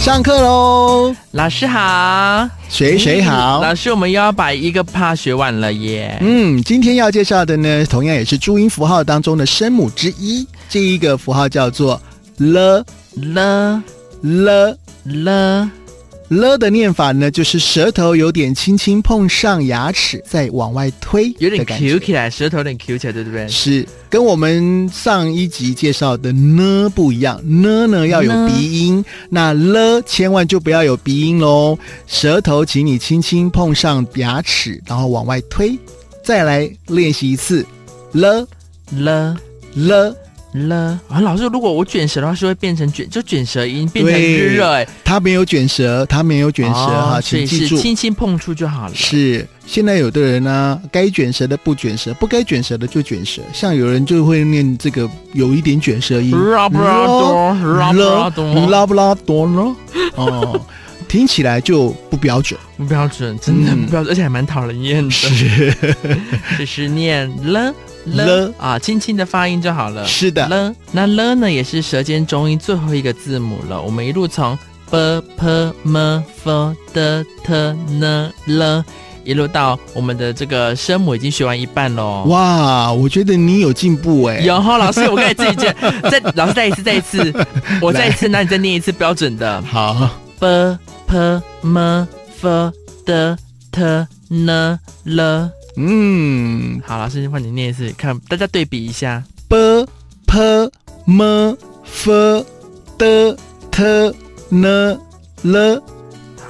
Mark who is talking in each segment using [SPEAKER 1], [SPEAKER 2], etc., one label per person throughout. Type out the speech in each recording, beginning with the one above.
[SPEAKER 1] 上课喽，
[SPEAKER 2] 老师好，
[SPEAKER 1] 谁谁好？
[SPEAKER 2] 老师，我们又要把一个怕学完了耶。
[SPEAKER 1] 嗯，今天要介绍的呢，同样也是注音符号当中的声母之一。这一个符号叫做了
[SPEAKER 2] 了
[SPEAKER 1] 了
[SPEAKER 2] 了，
[SPEAKER 1] 了的念法呢，就是舌头有点轻轻碰上牙齿，再往外推，
[SPEAKER 2] 有点 Q 起来，舌头有点 Q 起来，对不对？
[SPEAKER 1] 是跟我们上一集介绍的呢不一样，呢呢要有
[SPEAKER 2] 呢
[SPEAKER 1] 鼻音，那了千万就不要有鼻音喽。舌头请你轻轻碰上牙齿，然后往外推。再来练习一次，了
[SPEAKER 2] 了
[SPEAKER 1] 了，
[SPEAKER 2] 了啊，老师，如果我卷舌的话，是会变成卷，就卷舌音变成
[SPEAKER 1] 对
[SPEAKER 2] 日热哎，
[SPEAKER 1] 它没有卷舌，它没有卷舌
[SPEAKER 2] 哦
[SPEAKER 1] 哈，
[SPEAKER 2] 所
[SPEAKER 1] 请
[SPEAKER 2] 以
[SPEAKER 1] 记
[SPEAKER 2] 是
[SPEAKER 1] 住。
[SPEAKER 2] 轻轻碰触就好了。
[SPEAKER 1] 是，现在有的人呢、该卷舌的不卷舌，不该卷舌的就卷舌。像有人就会念这个有一点卷舌音，
[SPEAKER 2] 拉布拉多，拉布拉多，
[SPEAKER 1] 拉布拉多呢？哦，听起来就不标准。
[SPEAKER 2] 不标准，真的
[SPEAKER 1] 嗯
[SPEAKER 2] 不标准，而且还蛮讨人厌的。
[SPEAKER 1] 是
[SPEAKER 2] 就是念了
[SPEAKER 1] 了
[SPEAKER 2] 了啊，轻轻的发音就好了。
[SPEAKER 1] 是的，
[SPEAKER 2] 了，那了呢也是舌尖中音最后一个字母了。我们一路从 b p m f d t n l，一路到我们的这个声母已经学完一半喽。
[SPEAKER 1] 哇，我觉得你有进步哎。
[SPEAKER 2] 有哈，老师，我刚才自己讲，再老师再一次，再一次，我再一次，那你再念一次标准的
[SPEAKER 1] 好，
[SPEAKER 2] b p m f d t n l。
[SPEAKER 1] 嗯
[SPEAKER 2] 好，老师换你念一次，看大家对比一下。
[SPEAKER 1] ，b p m f d t n l，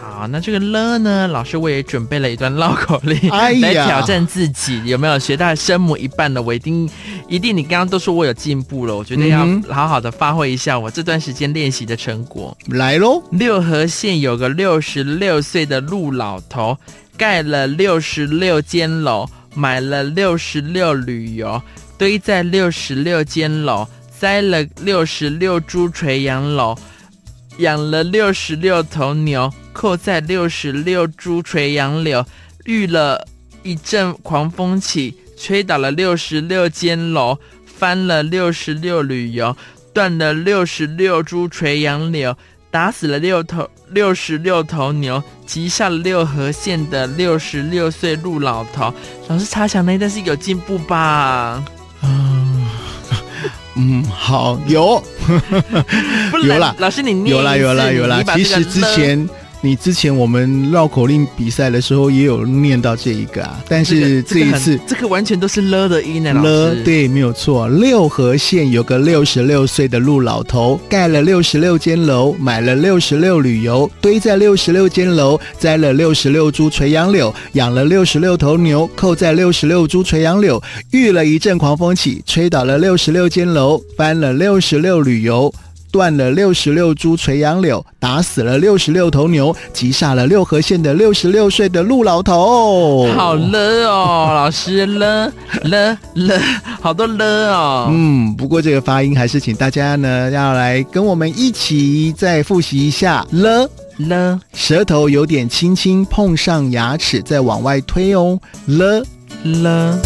[SPEAKER 2] 好，那这个了呢？老师，我也准备了一段绕口令、
[SPEAKER 1] 哎呀
[SPEAKER 2] 来挑战自己，有没有学到声母一半的？我一定一定，你刚刚都说我有进步了，我觉得要
[SPEAKER 1] 嗯
[SPEAKER 2] 好好的发挥一下我这段时间练习的成果。
[SPEAKER 1] 来喽。
[SPEAKER 2] 六合县有个六十六岁的陆老头，盖了六十六间楼，买了六十六旅游，堆在六十六间楼，栽了六十六株垂杨柳，养了六十六头牛，扣在六十六株垂杨柳，遇了一阵狂风起，吹倒了六十六间楼，翻了六十六旅游，断了六十六株垂杨柳，打死了六头六十六头牛，骑上了六合县的六十六岁陆老头。老师查想那一段是有进步吧？
[SPEAKER 1] 嗯，好，有
[SPEAKER 2] 不然
[SPEAKER 1] 有啦
[SPEAKER 2] 老师你念
[SPEAKER 1] 有啦
[SPEAKER 2] 一次
[SPEAKER 1] 有啦有啦
[SPEAKER 2] 你。把
[SPEAKER 1] 其
[SPEAKER 2] 这个
[SPEAKER 1] 实之
[SPEAKER 2] 了
[SPEAKER 1] 前你之前我们绕口令比赛的时候也有念到这一个啊，但是
[SPEAKER 2] 这
[SPEAKER 1] 这
[SPEAKER 2] 个
[SPEAKER 1] 一
[SPEAKER 2] 很
[SPEAKER 1] 次
[SPEAKER 2] 这个完全都是了的音呢，欸老
[SPEAKER 1] 了
[SPEAKER 2] 师，。
[SPEAKER 1] 对，没有错。六合县有个六十六岁的陆老头，盖了六十六间楼，买了六十六旅游，堆在六十六间楼，栽了六十六株垂杨柳，养了六十六头牛，扣在六十六株垂杨柳，遇了一阵狂风起，吹倒了六十六间楼，翻了六十六旅游。断了六十六株垂杨柳，打死了六十六头牛，击杀了六合县的六十六岁的陆老头。
[SPEAKER 2] 好了哦，老师了了了，好多了哦。
[SPEAKER 1] 嗯，不过这个发音还是请大家呢要来跟我们一起再复习一下了。
[SPEAKER 2] 了
[SPEAKER 1] 舌头有点轻轻碰上牙齿，再往外推哦。了
[SPEAKER 2] 了。